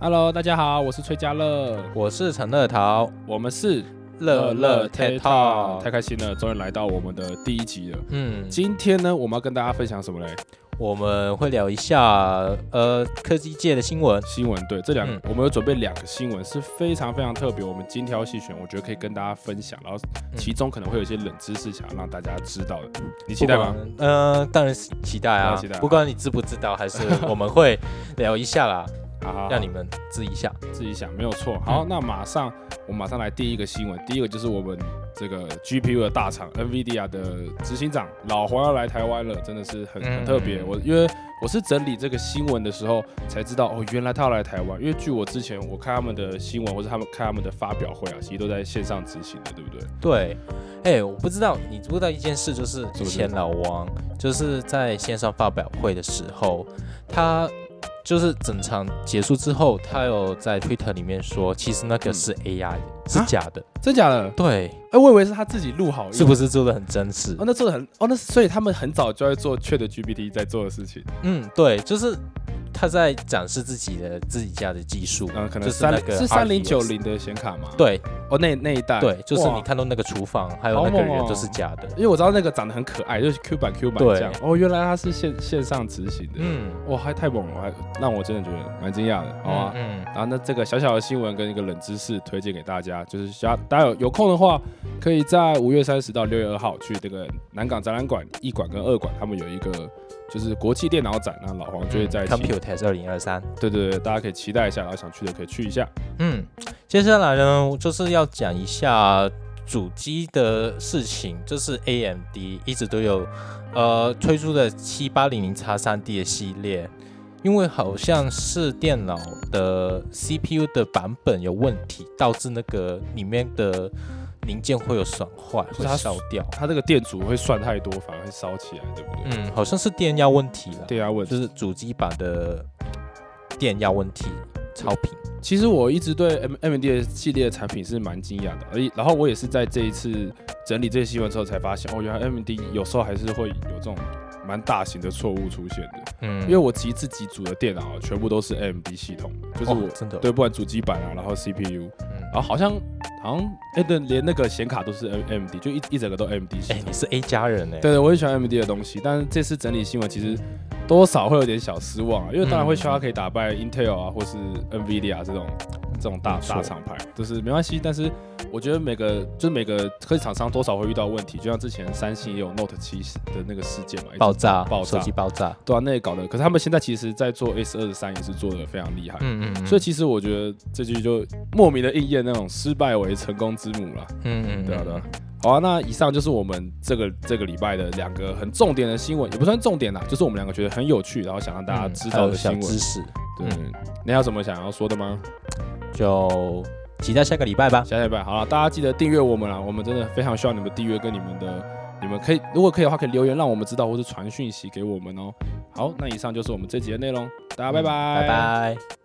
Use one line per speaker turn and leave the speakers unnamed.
Hello，大家好，我是崔家乐，
我是陈乐桃，
我们是
乐乐
TED Talk
TED Talk
太开心了，终于来到我们的第一集了。
嗯，
今天呢，我们要跟大家分享什么嘞？
我们会聊一下呃科技界的新闻。
新闻，对，这两、
嗯
我们有准备两个新闻是非常非常特别，我们精挑细选，我觉得可以跟大家分享，然后其中可能会有一些冷知识想要让大家知道的，你期待吗？
不管？呃，当然是期待
当
啊
然期待啊
不管你知不知道，还是我们会聊一下啦，
好好好，
让你们知一下。
自己想，没有错。好，
嗯
那马上我马上来第一个新闻，第一个就是我们这个 GPU 的大厂 NVIDIA 的执行长老黄要来台湾了，真的是很
嗯
很特别。我因为我是整理这个新闻的时候才知道，哦，原来他要来台湾。因为据我之前我看他们的新闻或者他们看他们的发表会啊，其实都在线上执行的，对不对？
对，哎、我不知道你知不知道一件事，就是
是
以前老王就是在线上发表会的时候，他就是整场结束之后，他有在 Twitter 里面说，其实那个
嗯
是 AI 的，是
啊
假的。
真假的？
对，
哎、我以为是他自己录好，
是不是做的很真实
哦，？那做的很哦，那所以他们很早就在做 Chat GPT 在做的事情，
嗯，对，就是他在展示自己的自己家的技术，
嗯，可能
就是
三
那个
是三零九
RTX
零的显卡嘛，，
对
哦，那那一代，
对，就是
哇
你看到那个厨房还有
好
那个
猛哦
人都是假的。
因为我知道那个长得很可爱，就是 Q 版 Q 版
对
这样。哦，原来它是线线上执行的，
嗯，
哇，还太猛了，我还让我真的觉得蛮惊讶的，好啊。
嗯，嗯
然后那这个小小的新闻跟一个冷知识推荐给大家，就是大大家有有空的话，可以在五月三十到六月二号去这个南港展览馆一馆跟二馆，他们有一个就是国际电脑展，那老黄就会
嗯
在其、
Computex 二零二三。
对对对，大家可以期待一下，然后想去的可以去一下。
嗯，接下来呢，就是要讲一下主机的事情，就是 AMD 一直都有呃推出的七八零零 X 三 D 的系列，因为好像是电脑的 CPU 的版本有问题，导致那个里面的零件会有损坏，
就是
会
它
烧掉。
它这个店主会算太多，反而会烧起来，对不对？
嗯，好像是电压问题了，
电压问题
嗯就是主机版的电压问题超频。
其实我一直对 M M D 系列的产品是蛮惊讶的，而且然后我也是在这一次整理这些新闻之后才发现，哦，原来 M D 有时候还是会有这种蛮大型的错误出现的。
嗯，
因为我极自己组的电脑啊全部都是 M D 系统的，就是
哦
我、
真的哦
对，不管主机板啊，然后 C P U，
嗯
然后好像好像哎对，连那个显卡都是 M M D，就一一整个都 M D 系
哎、
统。
你是 A 家人哎、
对对，我很喜欢 M D 的东西，但是这次整理新闻其实多少会有点小失望啊，因为当然会希
嗯
望它可以打败 Intel 啊，或是 NVIDIA 这种这种大
没错
大厂牌，就是没关系。但是我觉得每个就是每个科技厂商多少会遇到问题，就像之前三星也有 Note 七的那个事件嘛，一直
爆炸，
爆炸
手机爆炸。
对啊，那也搞的。可是他们现在其实在做 S 二十三也是做的非常厉害。
嗯嗯嗯
所以其实我觉得这句就莫名的应验那种失败为成功之母啦。
嗯嗯
对啊，对啊。好啊，那以上就是我们这个这个礼拜的两个很重点的新闻，也不算重点啦，就是我们两个觉得很有趣，然后想让大家
嗯
知道的新
小
闻。
知识，
对，你还有什么想要说的吗？
就期待下个礼拜吧。
下礼拜好了，大家记得订阅我们啦，我们真的非常需要你们订阅跟你们的，你们可以如果可以的话，可以留言让我们知道，或是传讯息给我们哦。好，那以上就是我们这集的内容，大家拜拜，
嗯拜拜。